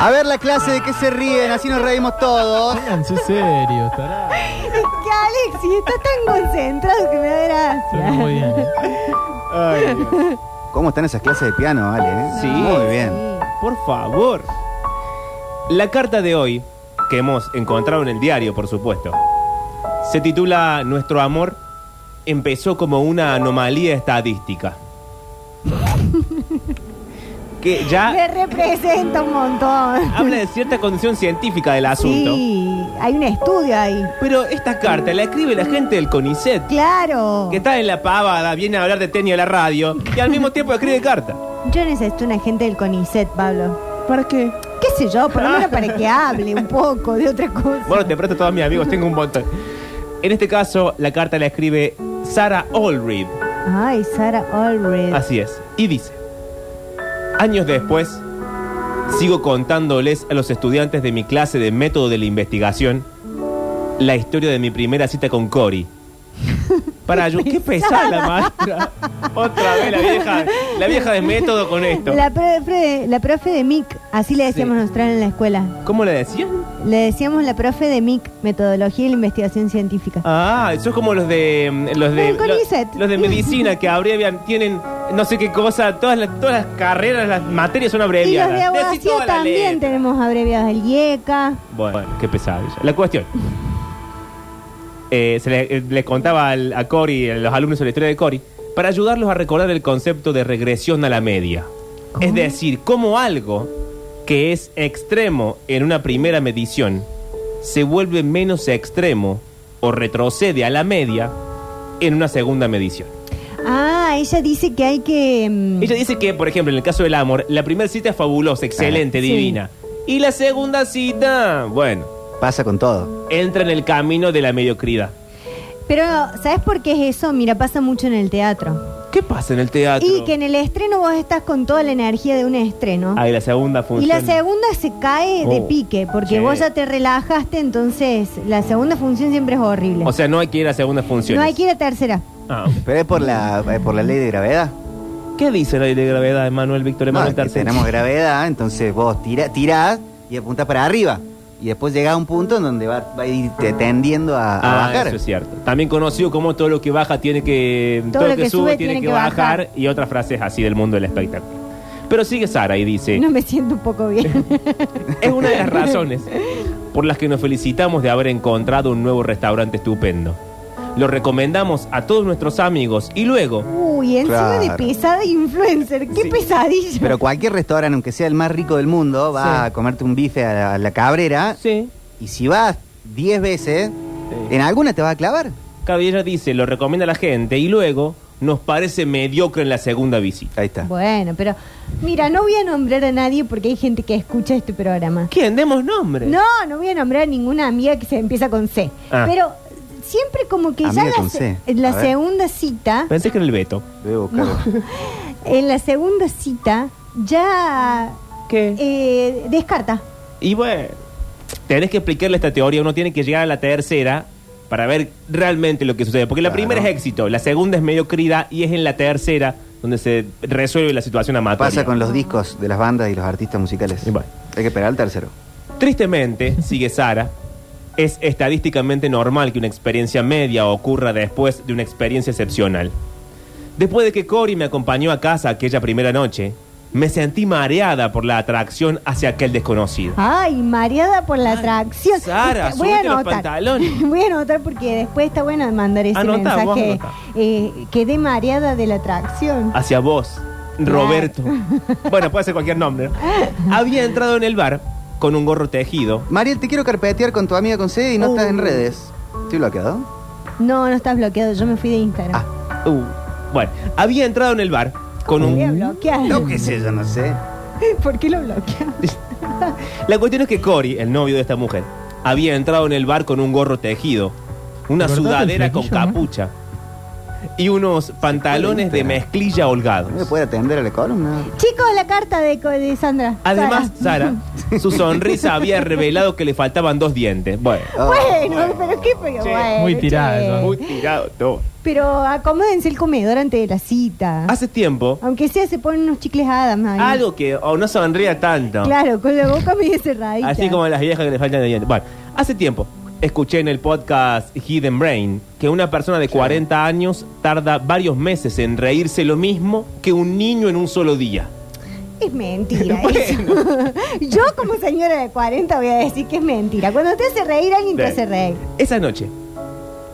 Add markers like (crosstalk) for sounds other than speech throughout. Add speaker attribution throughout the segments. Speaker 1: A ver la clase de qué se ríen, así nos reímos todos.
Speaker 2: Pónganse serio, tarado.
Speaker 3: Es que Alex, si está tan concentrado que me da
Speaker 2: Está
Speaker 3: gracia.
Speaker 2: muy bien.
Speaker 1: ¿Cómo están esas clases de piano, Ale? eh?
Speaker 4: Sí.
Speaker 1: Muy bien.
Speaker 4: Por favor. La carta de hoy, que hemos encontrado en el diario, por supuesto, se titula Nuestro amor empezó como una anomalía estadística. que ya
Speaker 3: Me representa un montón.
Speaker 4: habla de cierta condición científica del asunto.
Speaker 3: Sí, hay un estudio ahí.
Speaker 4: Pero esta carta la escribe la gente del CONICET,
Speaker 3: Claro.
Speaker 4: que está en la pavada, viene a hablar de tenis a la radio y al mismo tiempo escribe carta.
Speaker 3: Yo necesito un agente del CONICET, Pablo. ¿Para qué? ¿Qué sé yo? Por lo menos para que hable un poco de otra cosa.
Speaker 4: Ah. Bueno, te presto a todos mis amigos, tengo un montón. En este caso, la carta la escribe Sara Allred.
Speaker 3: Ay, Sara Allred.
Speaker 4: Así es. Y dice, años después, sigo contándoles a los estudiantes de mi clase de método de la investigación la historia de mi primera cita con (laughs) Cory. Para ayudar... ¡Qué pesada la maestra! Otra vez la vieja, la vieja de método con esto.
Speaker 3: La profe, la profe de MIC, así le decíamos
Speaker 4: Sí.
Speaker 3: nosotros en la escuela.
Speaker 4: ¿Cómo la decían?
Speaker 3: Le decíamos la profe de MIC, Metodología y la Investigación Científica.
Speaker 4: Ah, eso es como los de mm, los de
Speaker 3: Del CONICET.
Speaker 4: los, los de medicina que abrevian, tienen no sé qué cosa, todas las todas las carreras, las materias son
Speaker 3: y los de
Speaker 4: abreviadas. Decí
Speaker 3: abogacía
Speaker 4: toda la
Speaker 3: también
Speaker 4: letra.
Speaker 3: tenemos abreviados el IECA.
Speaker 4: Bueno, qué pesadilla. La cuestión. Eh, se le, eh, le contaba al- a Cory, a los alumnos, la historia de Cory, para ayudarlos a recordar el concepto de regresión a la media.
Speaker 3: Oh.
Speaker 4: Es decir, cómo algo que es extremo en una primera medición se vuelve menos extremo o retrocede a la media en una segunda medición.
Speaker 3: Ah, ella dice que hay que... mm,
Speaker 4: Ella dice que, por ejemplo, en el caso del amor, la primera cita es fabulosa, excelente,
Speaker 3: Sí.
Speaker 4: divina. Y la segunda cita, bueno,
Speaker 1: Pasa con todo.
Speaker 4: entra en el camino de la mediocridad.
Speaker 3: Pero, ¿sabes por qué es eso? Mira, pasa mucho en el teatro.
Speaker 4: ¿Qué pasa en el teatro?
Speaker 3: Y que en el estreno vos estás con toda la energía de un estreno.
Speaker 4: Ah, y la segunda
Speaker 3: Y
Speaker 4: función.
Speaker 3: la segunda se cae de
Speaker 4: Oh.
Speaker 3: pique, porque
Speaker 4: Sí.
Speaker 3: vos ya te relajaste, entonces la segunda función siempre es horrible.
Speaker 4: O sea, no hay que ir a segunda función.
Speaker 3: no hay que ir a tercera.
Speaker 4: Ah.
Speaker 1: ¿Pero es por la, es por la ley de gravedad?
Speaker 4: ¿Qué dice la ley de gravedad de Manuel Víctor
Speaker 1: No,
Speaker 4: Emanuel
Speaker 1: es que
Speaker 4: Tarcena?
Speaker 1: tenemos gravedad, entonces vos tira, tirás y apuntás para arriba. Y después llegás a un punto en donde va, va a ir te- tendiendo a, a
Speaker 4: Ah,
Speaker 1: bajar.
Speaker 4: eso es cierto. También conocido como todo lo que baja tiene que.
Speaker 3: Todo lo que sube tiene que bajar.
Speaker 4: Y otras frases así del mundo del espectáculo. Pero sigue Sara y dice:
Speaker 3: No me siento un poco
Speaker 4: (laughs)
Speaker 3: bien.
Speaker 4: Es una
Speaker 3: (laughs)
Speaker 4: de las razones por las que nos felicitamos de haber encontrado un nuevo restaurante estupendo. Lo recomendamos a todos nuestros amigos y luego
Speaker 3: Uy, encima de
Speaker 1: Claro.
Speaker 3: pesada influencer. Qué
Speaker 4: Sí.
Speaker 3: pesadilla.
Speaker 1: Pero cualquier restaurante, aunque sea el más rico del mundo, va
Speaker 4: Sí.
Speaker 1: a comerte un bife a la, a la cabrera.
Speaker 4: Sí.
Speaker 1: Y si vas 10 veces,
Speaker 4: Sí.
Speaker 1: en alguna te va a clavar.
Speaker 4: Caballero dice, lo recomienda a la gente y luego nos parece mediocre en la segunda visita.
Speaker 1: Ahí está.
Speaker 3: Bueno, pero mira, no voy a nombrar a nadie porque hay gente que escucha este programa.
Speaker 4: ¿Quién? Demos nombre.
Speaker 3: No, no voy a nombrar a ninguna amiga que se empieza con C.
Speaker 4: Ah.
Speaker 3: Pero siempre como que
Speaker 1: Amiga
Speaker 3: ya en
Speaker 1: con
Speaker 3: la, se-
Speaker 1: C.
Speaker 3: en la
Speaker 1: A ver.
Speaker 3: segunda cita,
Speaker 4: Pensé que era el Beto.
Speaker 1: Lo voy a buscar.
Speaker 3: en la segunda cita ya
Speaker 4: ¿Qué?
Speaker 3: eh, descarta.
Speaker 4: Y bueno, tenés que explicarle esta teoría. Uno tiene que llegar a la tercera para ver realmente lo que sucede. Porque la
Speaker 1: Claro.
Speaker 4: primera es éxito, la segunda es mediocridad y es en la tercera donde se resuelve la situación amatoria.
Speaker 1: Pasa con los discos de las bandas y los artistas musicales.
Speaker 4: Y bueno.
Speaker 1: Hay que esperar al tercero.
Speaker 4: Tristemente, sigue Sara, es estadísticamente normal que una experiencia media ocurra después de una experiencia excepcional. Después de que Cory me acompañó a casa aquella primera noche, Me sentí mareada por la atracción hacia aquel desconocido.
Speaker 3: Ay, mareada por la atracción.
Speaker 4: Sara,
Speaker 3: Esta- voy a
Speaker 4: subite los
Speaker 3: anotar.
Speaker 4: pantalones.
Speaker 3: (laughs) voy a anotar porque después está bueno mandar ese
Speaker 4: Anotá, vos
Speaker 3: mensaje.
Speaker 4: anotá.
Speaker 3: Eh, quedé mareada de la atracción.
Speaker 1: Ah.
Speaker 4: hacia vos, Roberto. Bueno, puede ser cualquier nombre. Había entrado en el bar con un gorro tejido.
Speaker 1: Mariel, te quiero carpetear con tu amiga con C y no estás
Speaker 3: Oh.
Speaker 1: en redes. ¿Estoy bloqueado?
Speaker 3: No, no estás bloqueado. Yo me fui de Instagram.
Speaker 1: Ah.
Speaker 4: Uh, bueno, había entrado en el bar con
Speaker 3: Voy
Speaker 1: Mm.
Speaker 3: a
Speaker 4: un...
Speaker 3: bloquear.
Speaker 1: No, qué sé, yo no sé.
Speaker 3: (laughs) ¿Por qué lo bloquearon?
Speaker 4: La cuestión es que Cory, el novio de esta mujer, había entrado en el bar con un gorro tejido, una
Speaker 2: Cortate el
Speaker 4: sudadera con
Speaker 2: flequillo, ¿no?
Speaker 4: capucha y unos pantalones de mezclilla
Speaker 1: ¿No me
Speaker 4: holgados.
Speaker 1: puede atender a la columna?
Speaker 3: Chicos, la carta de, co- de Sandra.
Speaker 4: Además,
Speaker 3: Sara.
Speaker 4: Sara, su sonrisa había revelado que le faltaban dos dientes. Bueno,
Speaker 1: Oh,
Speaker 3: (laughs) (laughs) Bueno, pero qué pero
Speaker 4: Che,
Speaker 3: bueno,
Speaker 2: muy tirada
Speaker 3: che.
Speaker 2: eso, muy
Speaker 4: tirado todo.
Speaker 3: Pero acomódense el comedor antes de la cita.
Speaker 4: Hace tiempo,
Speaker 3: Aunque sea, se ponen unos chicles Adams ahí.
Speaker 4: algo que oh, no sonría tanto.
Speaker 3: Claro, con la boca medio cerradita.
Speaker 4: Así como las viejas que le faltan de dientes. Bueno, hace tiempo escuché en el podcast Hidden Brain que una persona de 40 años tarda varios meses en reírse lo mismo que un niño en un solo día.
Speaker 3: Es
Speaker 4: (laughs)
Speaker 3: mentira eso. (laughs) Yo como señora de 40 voy a decir que es mentira. Cuando te hace reír, alguien te
Speaker 4: Bien.
Speaker 3: hace reír.
Speaker 4: Esa noche,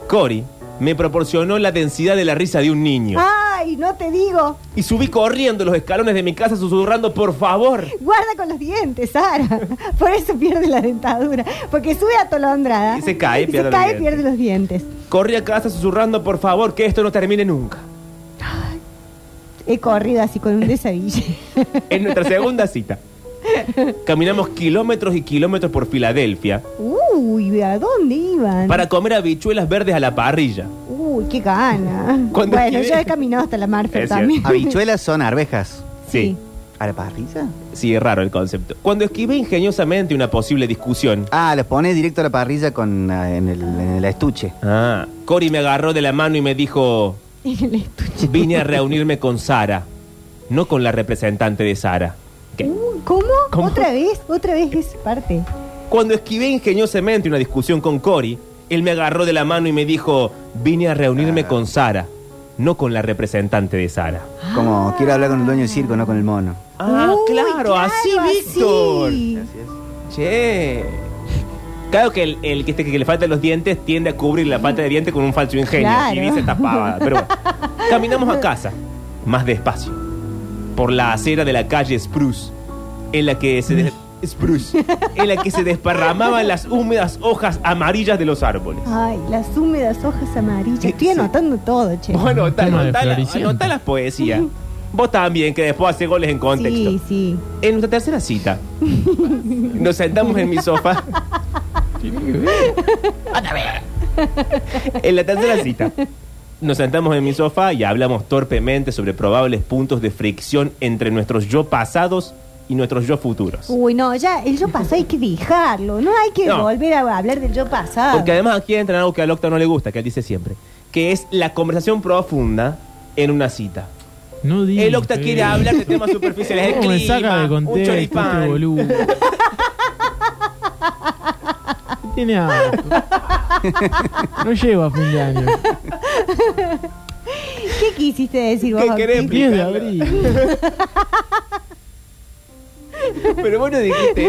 Speaker 4: Cory me proporcionó la densidad de la risa de un niño.
Speaker 3: Ah. Ay, no te digo.
Speaker 4: Y subí corriendo los escalones de mi casa susurrando, por favor.
Speaker 3: Guarda con los dientes, Sara. (laughs) Por eso pierde la dentadura. Porque sube a tolondrada.
Speaker 4: Y se cae,
Speaker 3: se
Speaker 4: pierde los
Speaker 3: cae,
Speaker 4: dientes.
Speaker 3: pierde los dientes.
Speaker 4: Corrí a casa susurrando, por favor, que esto no termine nunca.
Speaker 3: He corrido así con un desaville.
Speaker 4: En nuestra segunda cita. Caminamos kilómetros y kilómetros por Filadelfia
Speaker 3: Uy, ¿a dónde iban?
Speaker 4: para comer habichuelas verdes a la parrilla.
Speaker 3: Uy, qué gana.
Speaker 4: Cuando
Speaker 3: bueno,
Speaker 4: esquivé-
Speaker 3: yo he caminado hasta la Marfa
Speaker 4: Es
Speaker 3: también.
Speaker 1: Oh. Habichuelas son arvejas.
Speaker 4: Sí.
Speaker 1: ¿A la parrilla?
Speaker 4: Sí, es raro el concepto. Cuando esquivé ingeniosamente una posible discusión,
Speaker 1: Ah, los pones directo a la parrilla con, ah, en, el, en el estuche.
Speaker 4: ah, Cory me agarró de la mano y me dijo,
Speaker 3: (laughs) En el estuche.
Speaker 4: vine a reunirme con Sara, no con la representante de Sara. ¿Qué?
Speaker 3: Uy, ¿Cómo?
Speaker 4: ¿Cómo?
Speaker 3: Otra vez, otra vez es parte.
Speaker 4: Cuando esquivé ingeniosamente una discusión con Cory, él me agarró de la mano y me dijo, vine a reunirme con Sara, no con la representante de Sara.
Speaker 1: Como
Speaker 3: Ah.
Speaker 1: quiero hablar con el dueño del circo, no con el mono.
Speaker 4: Ah,
Speaker 3: Uy,
Speaker 4: claro, así, Víctor.
Speaker 1: Así es.
Speaker 4: Che. Claro que el, el que, este que le faltan los dientes tiende a cubrir la falta de diente con un falso ingenio.
Speaker 3: Claro.
Speaker 4: Y dice tapada. Pero bueno. Caminamos a casa, más despacio, por la acera de la calle Spruce, en la que se des- Spruce, en la que se desparramaban las húmedas hojas amarillas de los árboles.
Speaker 3: Ay, las húmedas hojas amarillas.
Speaker 4: Sí,
Speaker 3: Estoy
Speaker 4: sí.
Speaker 3: anotando todo, che.
Speaker 4: Bueno, anotá,
Speaker 2: Tema de
Speaker 4: anotá la-
Speaker 2: Floricienta.
Speaker 4: anotá las poesías. Vos también, que después hace goles en contexto.
Speaker 3: sí, sí.
Speaker 4: En nuestra tercera cita, nos sentamos en mi sofá. Otra vez. en la tercera cita, nos sentamos en mi sofá y hablamos torpemente sobre probables puntos de fricción entre nuestros yo pasados y nuestros yo futuros.
Speaker 3: Uy, no, ya el yo pasado hay que dejarlo. No hay que
Speaker 4: No.
Speaker 3: volver a hablar del yo pasado.
Speaker 4: Porque además aquí entra algo que al Octa no le gusta, que él dice siempre, que es la conversación profunda en una cita.
Speaker 2: No digas.
Speaker 4: El Octa quiere hablar de temas superficiales, el
Speaker 2: (laughs) ¿Cómo me
Speaker 4: clima,
Speaker 2: saca de
Speaker 4: un
Speaker 2: contexto este
Speaker 4: choripán.
Speaker 2: boludo?
Speaker 4: (laughs)
Speaker 2: Tiene hambre. No llego a fin de año.
Speaker 3: ¿Qué quisiste decir vos?
Speaker 4: ¿Qué querés,
Speaker 3: Octi?
Speaker 4: Pri?
Speaker 2: 10 de abril.
Speaker 4: Pero bueno, dijiste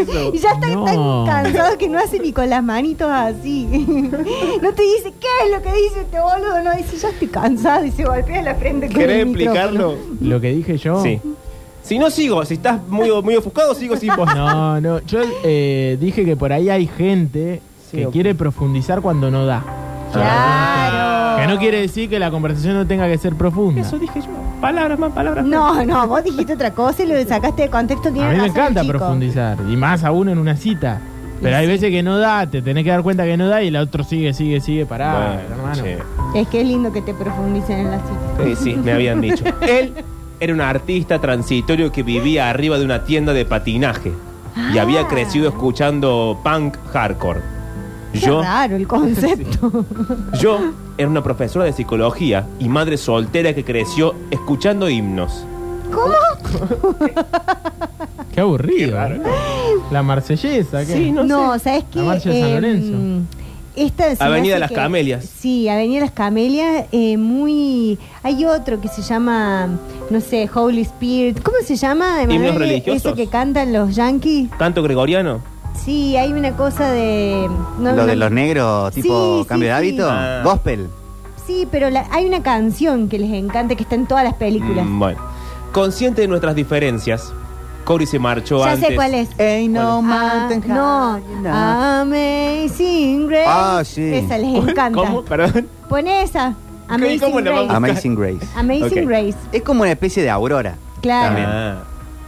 Speaker 2: (laughs)
Speaker 4: eso.
Speaker 3: Y ya está
Speaker 2: No.
Speaker 3: tan cansado que no hace ni con las manitos así. (laughs) No te dice, ¿qué es lo que dice este boludo? No, dice, ya estoy cansado y se golpea la frente con
Speaker 4: ¿Querés
Speaker 3: el micrófono.
Speaker 4: explicarlo?
Speaker 2: Lo que dije yo.
Speaker 4: Sí. Si no sigo, si estás muy, muy ofuscado, sigo sin vos.
Speaker 2: No, no. Yo eh, dije que por ahí hay gente
Speaker 4: Sí,
Speaker 2: que
Speaker 4: ok.
Speaker 2: quiere profundizar cuando no da.
Speaker 3: (laughs) Claro.
Speaker 2: Ah, Que no quiere decir que la conversación no tenga que ser profunda.
Speaker 4: Eso dije yo. Palabras más, palabras más.
Speaker 3: No, no, vos dijiste otra cosa y lo sacaste de contexto.
Speaker 2: A
Speaker 3: Tienen
Speaker 2: mí me
Speaker 3: razón,
Speaker 2: encanta
Speaker 3: chicos.
Speaker 2: profundizar, y más aún en una cita. Pero hay veces que no da, te tenés que dar cuenta que no da y el otro sigue, sigue, sigue, pará,
Speaker 4: Bueno,
Speaker 2: hermano.
Speaker 4: che.
Speaker 3: Es que es lindo que te profundicen en la cita.
Speaker 4: Sí, sí, me habían dicho. Él era un artista transitorio que vivía arriba de una tienda de patinaje y
Speaker 3: Ah.
Speaker 4: había crecido escuchando punk hardcore. Yo,
Speaker 3: Claro, el
Speaker 4: (laughs)
Speaker 3: concepto.
Speaker 4: yo era una profesora de psicología y madre soltera que creció escuchando himnos.
Speaker 2: Qué aburrido. La marsellesa, ¿qué?
Speaker 3: no, ¿sabes qué?
Speaker 2: La marcha de San
Speaker 3: Eh,
Speaker 2: Lorenzo.
Speaker 3: Esta se me
Speaker 4: Avenida
Speaker 3: hace
Speaker 4: Las Camelias.
Speaker 3: Sí, Avenida Las Camelias, eh, muy... Hay otro que se llama, no sé, Holy Spirit. ¿Cómo se llama?
Speaker 4: Himnos
Speaker 3: Emanuel?
Speaker 4: religiosos.
Speaker 3: Eso que cantan los yankees.
Speaker 4: ¿Tanto gregoriano?
Speaker 3: Sí, hay una cosa de... no,
Speaker 1: Lo
Speaker 3: no-
Speaker 1: de los negros,
Speaker 3: Sí,
Speaker 1: tipo
Speaker 3: sí,
Speaker 1: cambio de
Speaker 3: sí.
Speaker 1: hábito,
Speaker 4: Ah.
Speaker 1: gospel.
Speaker 3: Sí, pero la- hay una canción que les encanta, que está en todas las películas.
Speaker 4: Mm, bueno. Consciente de nuestras diferencias, Cory se marchó
Speaker 3: ya
Speaker 4: antes.
Speaker 3: sé cuál es.
Speaker 1: Ain't no
Speaker 3: Ah,
Speaker 1: mountain
Speaker 3: no, Ah.
Speaker 1: high enough.
Speaker 3: Amazing Grace.
Speaker 1: Ah, sí.
Speaker 3: Esa les encanta.
Speaker 4: ¿Cómo? Perdón.
Speaker 3: Pon esa. Amazing
Speaker 4: ¿Cómo la
Speaker 3: Grace.
Speaker 4: vamos
Speaker 1: Amazing Grace.
Speaker 3: Amazing
Speaker 4: Ok.
Speaker 3: Grace.
Speaker 1: Es como una especie de aurora.
Speaker 3: Claro.
Speaker 1: También.
Speaker 4: Ah.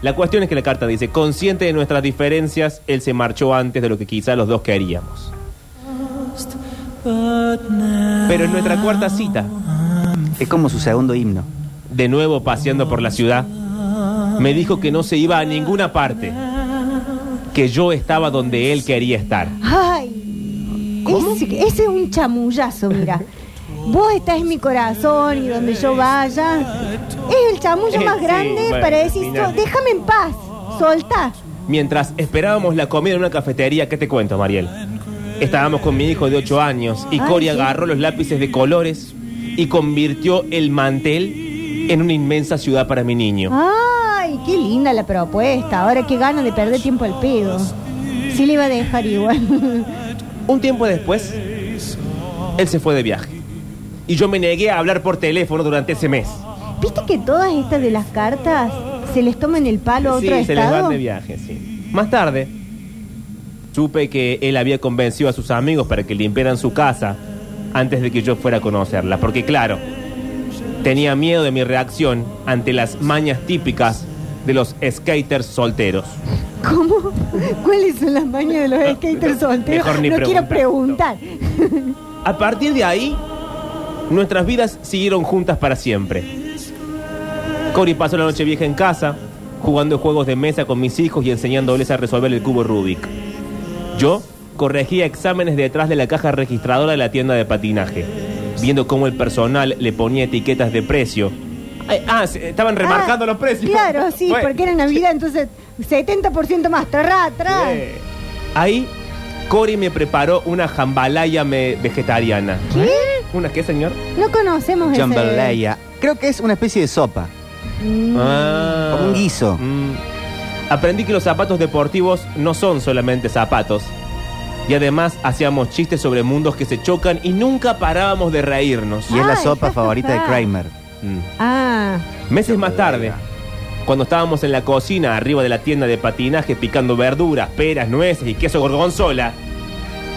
Speaker 4: La cuestión es que la carta dice, consciente de nuestras diferencias, él se marchó antes de lo que quizá los dos queríamos. Pero en nuestra cuarta cita,
Speaker 1: Es como su segundo himno.
Speaker 4: de nuevo paseando por la ciudad, me dijo que no se iba a ninguna parte, que yo estaba donde él quería estar.
Speaker 3: Ay. Ese, ese es un chamullazo, mira. Vos estás en mi corazón y donde yo vaya. Es el chamullo
Speaker 4: Eh,
Speaker 3: más
Speaker 4: (laughs) sí,
Speaker 3: grande
Speaker 4: bueno,
Speaker 3: para decir,
Speaker 4: mira.
Speaker 3: "So- déjame en paz, soltá.
Speaker 4: Mientras esperábamos la comida en una cafetería, ¿qué te cuento, Mariel? Estábamos con mi hijo de 8 años y
Speaker 3: Ay,
Speaker 4: Cory
Speaker 3: sí.
Speaker 4: agarró los lápices de colores y convirtió el mantel en una inmensa ciudad para mi niño.
Speaker 3: Ah. Ay, qué linda la propuesta. Ahora qué ganas de perder tiempo al pedo. Sí le iba a dejar igual. (laughs)
Speaker 4: Un tiempo después, él se fue de viaje. Y yo me negué a hablar por teléfono durante ese mes.
Speaker 3: ¿Viste que todas estas de las cartas se les toman el palo a otro
Speaker 4: sí, se les
Speaker 3: estado?
Speaker 4: van de viaje, sí. Más tarde, supe que él había convencido a sus amigos para que limpiaran su casa antes de que yo fuera a conocerla. Porque claro, tenía miedo de mi reacción ante las mañas típicas de los skaters solteros.
Speaker 3: ¿Cómo? ¿Cuáles son las mañas de los skaters solteros?
Speaker 4: Mejor ni
Speaker 3: no quiero
Speaker 4: preguntar.
Speaker 3: preguntar.
Speaker 4: A partir de ahí, nuestras vidas siguieron juntas para siempre. Cory pasó la noche vieja en casa, jugando juegos de mesa con mis hijos y enseñándoles a resolver el cubo Rubik. Yo corregía exámenes detrás de la caja registradora de la tienda de patinaje, viendo cómo el personal le ponía etiquetas de precio. Ay, ah, se- estaban remarcando
Speaker 3: Ah,
Speaker 4: los precios.
Speaker 3: Claro, sí,
Speaker 4: Bueno.
Speaker 3: porque era Navidad, entonces 70% más. Tra, tra.
Speaker 4: Eh. Ahí, Cory me preparó una jambalaya me- vegetariana.
Speaker 3: ¿Qué?
Speaker 4: ¿Una qué, señor?
Speaker 3: No conocemos ese-
Speaker 1: Jambalaya. Creo que es una especie de sopa.
Speaker 3: Mm,
Speaker 4: Ah.
Speaker 1: Como un guiso.
Speaker 4: Mm. Aprendí que los zapatos deportivos no son solamente zapatos. Y además hacíamos chistes sobre mundos que se chocan y nunca parábamos de reírnos.
Speaker 1: Y Ah, es la
Speaker 3: Ay,
Speaker 1: sopa
Speaker 3: jajaja.
Speaker 1: favorita de Kramer.
Speaker 4: Mm.
Speaker 3: Ah,
Speaker 4: Meses más tarde, cuando estábamos en la cocina arriba de la tienda de patinaje picando verduras, peras, nueces y queso gorgonzola,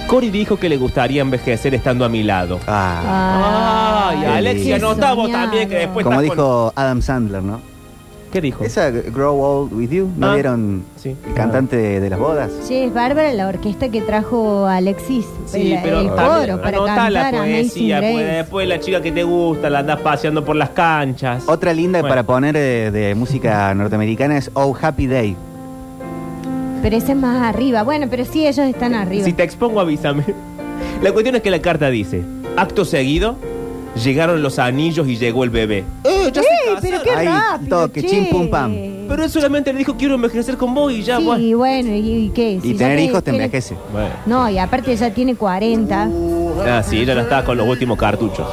Speaker 4: Cory dijo que le gustaría envejecer estando a mi lado.
Speaker 1: Ah.
Speaker 4: Ay,
Speaker 1: qué
Speaker 4: Alexia,
Speaker 1: lindo.
Speaker 4: notá vos también que después
Speaker 1: Como
Speaker 4: estás con-
Speaker 1: dijo Adam Sandler, ¿no?
Speaker 4: ¿Qué dijo?
Speaker 1: Esa Grow Old With You, ¿no
Speaker 4: Ah.
Speaker 1: vieron
Speaker 4: Sí.
Speaker 1: el cantante de, de las bodas?
Speaker 3: Che, es bárbara la orquesta que trajo Alexis.
Speaker 4: Sí,
Speaker 3: el,
Speaker 4: pero
Speaker 3: el
Speaker 4: también
Speaker 3: coro para
Speaker 4: anotá
Speaker 3: cantar
Speaker 4: la poesía,
Speaker 3: Amazing
Speaker 4: pues,
Speaker 3: Grace.
Speaker 4: después la chica que te gusta, la andás paseando por las canchas.
Speaker 1: Otra linda
Speaker 4: Bueno.
Speaker 1: para poner eh, de, música norteamericana es Oh Happy Day.
Speaker 3: Pero ese es más arriba. Bueno, pero sí, ellos están arriba.
Speaker 4: Si te expongo, avísame. La cuestión es que la carta dice, acto seguido, llegaron los anillos y llegó el bebé. ¡Eh, ya se
Speaker 3: ¡Ey,
Speaker 4: casaron!
Speaker 3: pero qué
Speaker 1: Ahí,
Speaker 3: rápido!
Speaker 1: toque,
Speaker 3: che.
Speaker 1: chin, pum, pam.
Speaker 4: Pero él solamente le dijo, quiero envejecer con vos y ya,
Speaker 3: sí,
Speaker 4: bueno.
Speaker 3: bueno, ¿y, y qué? Si
Speaker 1: Y
Speaker 3: ya
Speaker 1: tener
Speaker 3: que-
Speaker 1: hijos te
Speaker 3: que le-
Speaker 1: envejece.
Speaker 4: Bueno.
Speaker 3: No, y aparte ya tiene 40.
Speaker 4: Ah, sí, ella no estaba con los últimos cartuchos.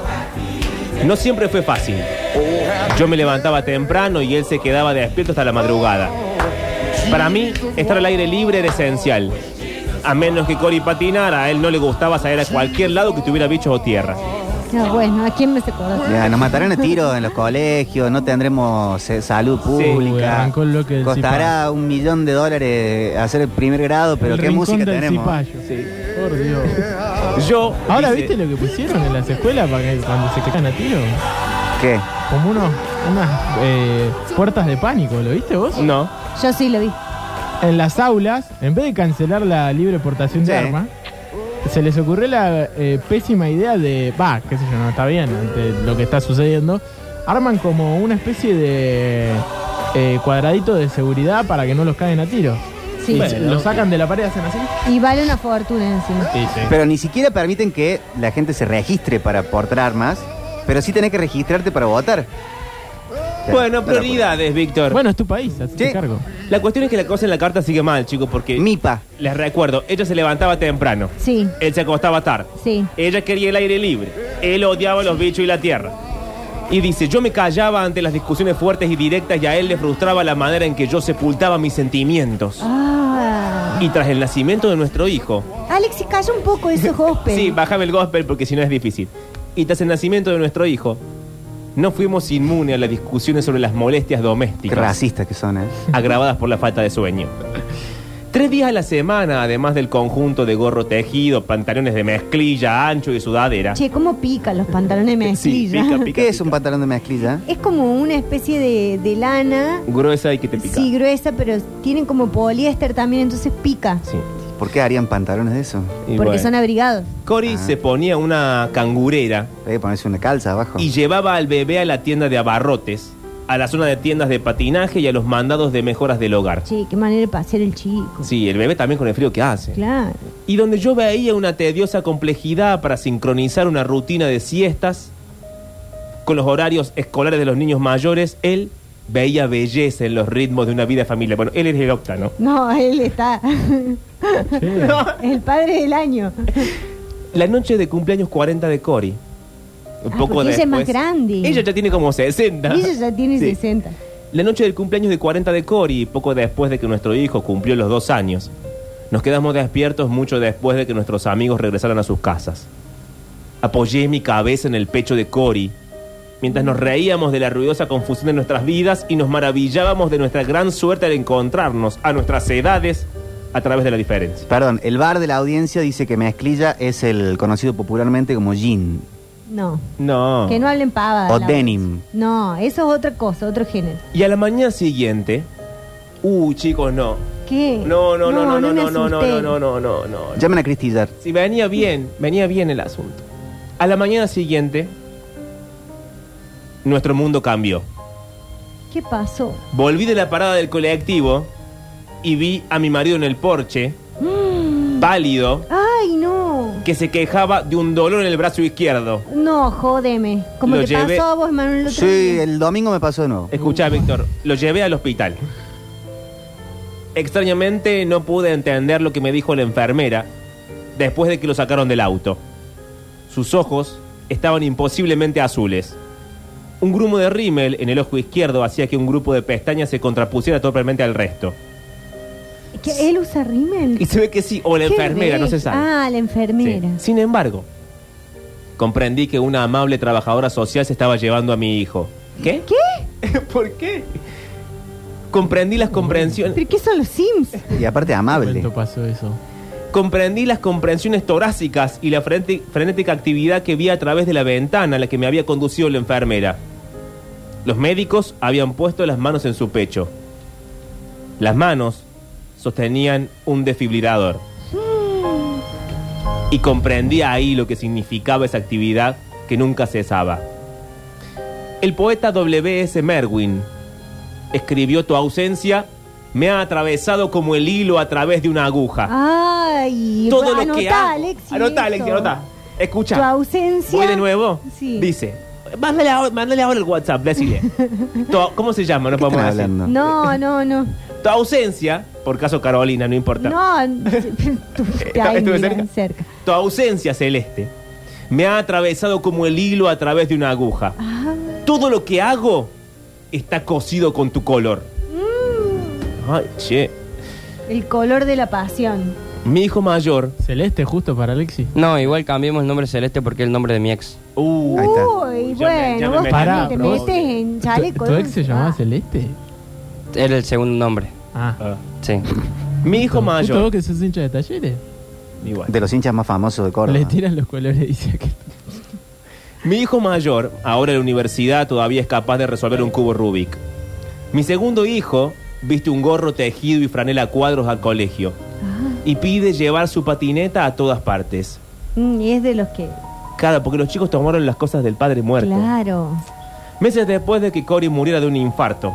Speaker 4: No siempre fue fácil. Yo me levantaba temprano y él se quedaba despierto hasta la madrugada. Para mí, estar al aire libre era esencial. A menos que Cory patinara, a él no le gustaba salir a cualquier lado que tuviera bichos o tierra.
Speaker 3: No, bueno, ¿a quién me se conoce?
Speaker 1: Ya, nos matarán a tiros en los colegios, no tendremos eh, salud
Speaker 2: Uy,
Speaker 1: pública.
Speaker 2: arrancó el bloque del
Speaker 1: Costará un millón de dólares hacer el primer grado, pero
Speaker 2: El
Speaker 1: qué
Speaker 2: rincón
Speaker 1: música
Speaker 2: del
Speaker 1: tenemos. ¿eh?
Speaker 2: Cipayo. Por Dios.
Speaker 4: Yo.
Speaker 2: Ahora,
Speaker 4: dice,
Speaker 2: ¿viste lo que pusieron en las escuelas para que cuando se cagan a tiro?
Speaker 1: ¿Qué?
Speaker 2: Como unos, unas eh, puertas de pánico, ¿lo viste vos?
Speaker 4: No.
Speaker 3: Yo sí lo vi.
Speaker 2: En las aulas, en vez de cancelar la libre portación de
Speaker 1: Sí.
Speaker 2: armas, se les ocurrió la eh, pésima idea de, va, qué sé yo, no está bien ante lo que está sucediendo, arman como una especie de eh, cuadradito de seguridad para que no los caguen a tiros.
Speaker 3: Sí.
Speaker 2: Y se- los sacan de la pared, hacen así.
Speaker 3: Y vale una fortuna encima.
Speaker 1: Pero ni siquiera permiten que la gente se registre para portar armas, pero sí tenés que registrarte para votar. O sea,
Speaker 4: Bueno,
Speaker 1: no la puedo-
Speaker 4: prioridades, Víctor.
Speaker 2: Bueno, es tu país, hazte
Speaker 1: Sí. (laughs)
Speaker 2: cargo.
Speaker 4: La cuestión es que la cosa en la carta sigue mal, chicos, porque
Speaker 1: Mipa.
Speaker 4: les recuerdo, ella se levantaba temprano.
Speaker 3: Sí,
Speaker 4: Él se acostaba tarde.
Speaker 3: sí.
Speaker 4: Ella quería el aire libre. Él odiaba los bichos y la tierra. Y dice, yo me callaba ante las discusiones fuertes y directas y a él le frustraba la manera en que yo sepultaba mis sentimientos.
Speaker 3: Ah.
Speaker 4: Y tras el nacimiento de nuestro hijo,
Speaker 3: Alex, se calla un poco
Speaker 4: (laughs)
Speaker 3: ese gospel.
Speaker 4: sí, bájame el gospel porque si no es difícil. Y tras el nacimiento de nuestro hijo, no fuimos inmunes a las discusiones sobre las molestias
Speaker 1: Qué
Speaker 4: domésticas
Speaker 1: racistas que son, ¿eh?
Speaker 4: agravadas por la falta de sueño. Tres días a la semana, además del conjunto de gorro tejido, pantalones de mezclilla, ancho y sudadera.
Speaker 3: Che, cómo pican los pantalones de
Speaker 4: Sí,
Speaker 3: mezclilla.
Speaker 4: pica, pica,
Speaker 1: ¿Qué es un
Speaker 4: pica.
Speaker 1: pantalón de mezclilla?
Speaker 3: Es como una especie de, de lana,
Speaker 4: Gruesa y que te pica.
Speaker 3: sí, gruesa, pero tienen como poliéster también, entonces pica.
Speaker 4: Sí.
Speaker 1: ¿Por qué harían pantalones de eso?
Speaker 4: Y
Speaker 3: porque
Speaker 4: bueno.
Speaker 3: son abrigados.
Speaker 4: Cory
Speaker 1: Ah.
Speaker 4: se ponía una cangurera
Speaker 1: Hay que ponerse una calza abajo.
Speaker 4: y llevaba al bebé a la tienda de abarrotes, a la zona de tiendas de patinaje y a los mandados de mejoras del hogar.
Speaker 3: Che, qué manera de pasear el chico.
Speaker 4: Sí, el bebé también con el frío que hace.
Speaker 3: Claro.
Speaker 4: Y donde yo veía una tediosa complejidad para sincronizar una rutina de siestas con los horarios escolares de los niños mayores, él veía belleza en los ritmos de una vida familiar. Bueno, él es el octano.
Speaker 3: No, (laughs) él está. el padre del año.
Speaker 4: La noche de cumpleaños 40 de Cory. Un
Speaker 3: Ah,
Speaker 4: poco
Speaker 3: porque ella
Speaker 4: después.
Speaker 3: es más grande.
Speaker 4: Ella ya tiene como 60.
Speaker 3: Ella ya tiene
Speaker 4: Sí.
Speaker 3: 60.
Speaker 4: La noche del cumpleaños de 40 de Cory, poco después de que nuestro hijo cumplió los dos años, nos quedamos despiertos mucho después de que nuestros amigos regresaran a sus casas. Apoyé mi cabeza en el pecho de Cory, mientras nos reíamos de la ruidosa confusión de nuestras vidas y nos maravillábamos de nuestra gran suerte al encontrarnos a nuestras edades a través de la diferencia.
Speaker 1: Perdón, el bar de la audiencia dice que mezclilla es el conocido popularmente como jean.
Speaker 3: No.
Speaker 4: No.
Speaker 3: Que no hablen pavada.
Speaker 1: Ah. O
Speaker 3: la-
Speaker 1: denim.
Speaker 3: No, eso es otra cosa, otro género.
Speaker 4: Y a la mañana siguiente... Uh, chicos, no.
Speaker 3: ¿Qué?
Speaker 4: No, no, no, no, no,
Speaker 3: me
Speaker 4: no, no, no, no,
Speaker 3: asusté.
Speaker 4: no, no, no, no.
Speaker 1: Llamen a Cristillar.
Speaker 4: Si venía bien, venía bien el asunto. A la mañana siguiente, nuestro mundo cambió.
Speaker 3: ¿Qué pasó?
Speaker 4: Volví de la parada del colectivo y vi a mi marido en el porche, pálido,
Speaker 3: Ay, no.
Speaker 4: que se quejaba de un dolor en el brazo izquierdo.
Speaker 3: No, jódeme. Como
Speaker 4: Lo
Speaker 3: te
Speaker 4: llevé-
Speaker 3: pasó a vos, Manuel, el otro
Speaker 1: Sí,
Speaker 3: día.
Speaker 1: el domingo me pasó de nuevo.
Speaker 4: Escuchá, Víctor, lo llevé al hospital. Extrañamente no pude entender lo que me dijo la enfermera después de que lo sacaron del auto. Sus ojos estaban imposiblemente azules. Un grumo de rímel en el ojo izquierdo hacía que un grupo de pestañas se contrapusiera totalmente al resto.
Speaker 3: ¿Que ¿Él usa rímel?
Speaker 4: Y se ve que sí, o la
Speaker 3: Qué
Speaker 4: enfermera, no se
Speaker 3: bello.
Speaker 4: sabe.
Speaker 3: Ah, la
Speaker 4: Sí.
Speaker 3: enfermera.
Speaker 4: Sin embargo, comprendí que una amable trabajadora social se estaba llevando a mi hijo. ¿Qué? ¿Qué? (laughs) ¿Por qué? Comprendí las comprensiones,
Speaker 3: ¿Pero qué son los Sims?
Speaker 1: Y aparte amable.
Speaker 2: ¿Cuánto pasó eso?
Speaker 4: comprendí las comprensiones torácicas y la frente- frenética actividad que vi a través de la ventana a la que me había conducido la enfermera. Los médicos habían puesto las manos en su pecho. Las manos sostenían un desfibrilador. Y comprendí ahí lo que significaba esa actividad que nunca cesaba. El poeta W.S. Merwin escribió Tu ausencia me ha atravesado como el hilo a través de una aguja.
Speaker 3: Ay,
Speaker 4: Todo lo
Speaker 3: anotá,
Speaker 4: que hago.
Speaker 3: Alexi,
Speaker 4: anota,
Speaker 3: eso.
Speaker 4: Alexi, anota. Escucha.
Speaker 3: Tu ausencia.
Speaker 4: Voy de nuevo.
Speaker 3: Sí.
Speaker 4: Dice. Mándale ahora, mándale ahora el WhatsApp,
Speaker 3: (laughs)
Speaker 4: decile. Tu- ¿Cómo se llama? No
Speaker 1: ¿Qué
Speaker 4: podemos
Speaker 1: están
Speaker 4: decir.
Speaker 1: hablando?
Speaker 3: No, no, no.
Speaker 4: Tu ausencia, por caso Carolina, no importa.
Speaker 3: No, (laughs) tú, ay,
Speaker 4: (laughs) Estuve
Speaker 3: mira,
Speaker 4: cerca.
Speaker 3: cerca.
Speaker 4: Tu ausencia celeste me ha atravesado como el hilo a través de una aguja.
Speaker 3: Ah,
Speaker 4: Todo lo que hago está cosido con tu color.
Speaker 3: Mm.
Speaker 4: Ay, che.
Speaker 3: el color de la pasión.
Speaker 4: Mi hijo mayor.
Speaker 2: Celeste justo para Alexi.
Speaker 5: No, igual cambiemos el nombre Celeste porque es el nombre de mi ex.
Speaker 4: Uh,
Speaker 1: Ahí está.
Speaker 3: Uy,
Speaker 4: Ya me-
Speaker 3: bueno,
Speaker 4: ya me
Speaker 3: vos
Speaker 4: metí.
Speaker 2: Pará,
Speaker 3: también te
Speaker 2: bro.
Speaker 3: metes en
Speaker 2: ¿Tu,
Speaker 3: chaleco.
Speaker 2: tu
Speaker 3: ¿no?
Speaker 2: ex se llamaba
Speaker 3: Ah.
Speaker 2: Celeste?
Speaker 5: Era el segundo nombre.
Speaker 2: Ah.
Speaker 5: Sí.
Speaker 4: mi hijo
Speaker 2: Justo vos
Speaker 4: mayor.
Speaker 2: que sos hincha de talleres.
Speaker 4: Igual.
Speaker 1: De los hinchas más famosos de
Speaker 2: Le
Speaker 1: Córdoba.
Speaker 2: tiran los colores, dice aquel.
Speaker 4: Mi hijo mayor, ahora en la universidad, todavía es capaz de resolver un cubo Rubik. Mi segundo hijo viste un gorro tejido y franela a cuadros al colegio
Speaker 3: Ah.
Speaker 4: y pide llevar su patineta a todas partes.
Speaker 3: Mm, y es de los que.
Speaker 4: Claro, porque los chicos tomaron las cosas del padre muerto.
Speaker 3: Claro. Ah.
Speaker 4: Meses después de que Cory muriera de un infarto,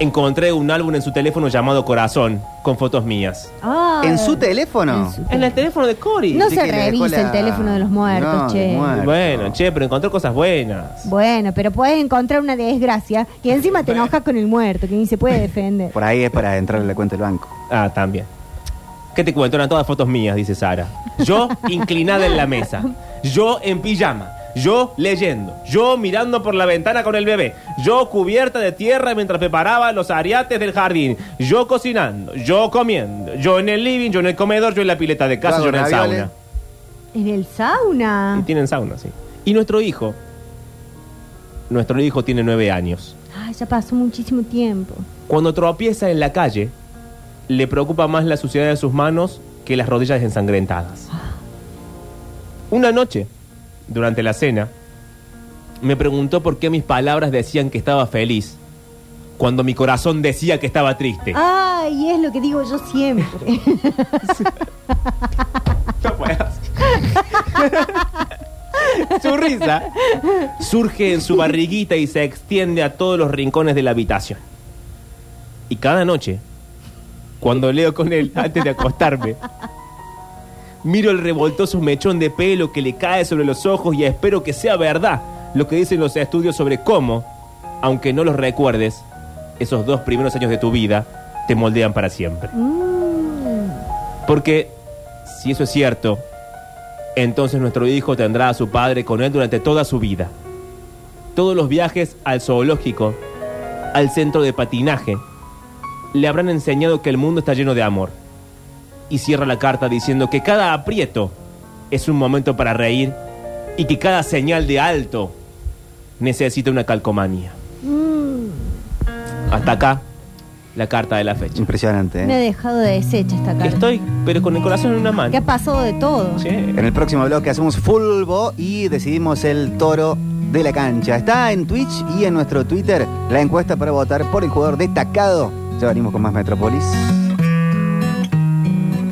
Speaker 4: encontré un álbum en su teléfono llamado Corazón, con fotos mías.
Speaker 3: Ah.
Speaker 1: ¿En su teléfono?
Speaker 3: En su-
Speaker 4: En el teléfono de Cory.
Speaker 3: No
Speaker 1: Así
Speaker 3: se
Speaker 1: que le dejó
Speaker 3: revisa
Speaker 1: la-
Speaker 3: el teléfono de los muertos,
Speaker 1: No,
Speaker 3: che.
Speaker 1: muerto.
Speaker 4: Bueno, che, pero encontró cosas buenas.
Speaker 3: Bueno, pero puedes encontrar una desgracia que encima te enojas con el muerto, que ni se puede defender.
Speaker 1: Por ahí es para entrar en la cuenta del banco.
Speaker 4: Ah, también. ¿Qué te cuento? Eran todas fotos mías, dice Sara. Yo inclinada en la mesa. Yo en pijama. Yo leyendo. Yo mirando por la ventana con el bebé. Yo cubierta de tierra mientras preparaba los ariates del jardín. Yo cocinando. Yo comiendo. Yo en el living. Yo en el comedor. Yo en la pileta de casa.
Speaker 1: Hago
Speaker 4: Yo en el
Speaker 1: ravioles.
Speaker 4: sauna.
Speaker 3: En el sauna.
Speaker 4: Y tienen sauna, sí. Y nuestro hijo. Nuestro hijo tiene nueve años.
Speaker 3: Ay, ya pasó muchísimo tiempo.
Speaker 4: Cuando tropieza en la calle, le preocupa más la suciedad de sus manos que las rodillas ensangrentadas. Una noche, durante la cena, me preguntó por qué mis palabras decían que estaba feliz, cuando mi corazón decía que estaba triste.
Speaker 3: Ay, es lo que digo yo siempre.
Speaker 4: (laughs) No puedas. su risa surge en su barriguita y se extiende a todos los rincones de la habitación. Y cada noche, cuando leo con él antes de acostarme, miro el revoltoso mechón de pelo que le cae sobre los ojos y espero que sea verdad lo que dicen los estudios sobre cómo, aunque no los recuerdes, esos dos primeros años de tu vida te moldean para siempre. Porque si eso es cierto, entonces nuestro hijo tendrá a su padre con él durante toda su vida. Todos los viajes al zoológico, al centro de patinaje, le habrán enseñado que el mundo está lleno de amor. Y cierra la carta diciendo que cada aprieto es un momento para reír y que cada señal de alto necesita una calcomanía. Hasta acá la carta de la fecha.
Speaker 1: Impresionante, ¿eh?
Speaker 3: (laughs) Me he dejado deshecha esta carta.
Speaker 4: Estoy, pero con el corazón en una mano.
Speaker 3: Que ha pasado de todo.
Speaker 4: Che.
Speaker 1: En el próximo bloque hacemos fulbo y decidimos el toro de la cancha. Está en Twitch y en nuestro Twitter la encuesta para votar por el jugador destacado. Ya venimos con más Metrópolis.